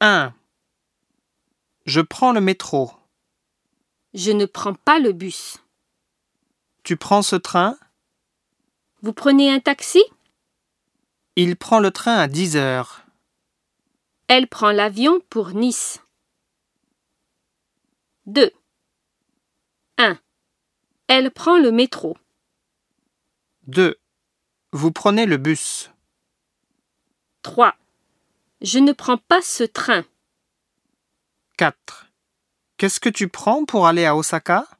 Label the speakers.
Speaker 1: 1. Je prends le métro.
Speaker 2: Je ne prends pas le bus.
Speaker 1: Tu prends ce train
Speaker 2: Vous prenez un taxi
Speaker 1: Il prend le train à 10 heures.
Speaker 2: Elle prend l'avion pour Nice. 2. 1. Elle prend le métro.
Speaker 1: 2. Vous prenez le bus.
Speaker 2: 3. Je ne prends pas ce train.
Speaker 1: 4. Qu'est-ce que tu prends pour aller à Osaka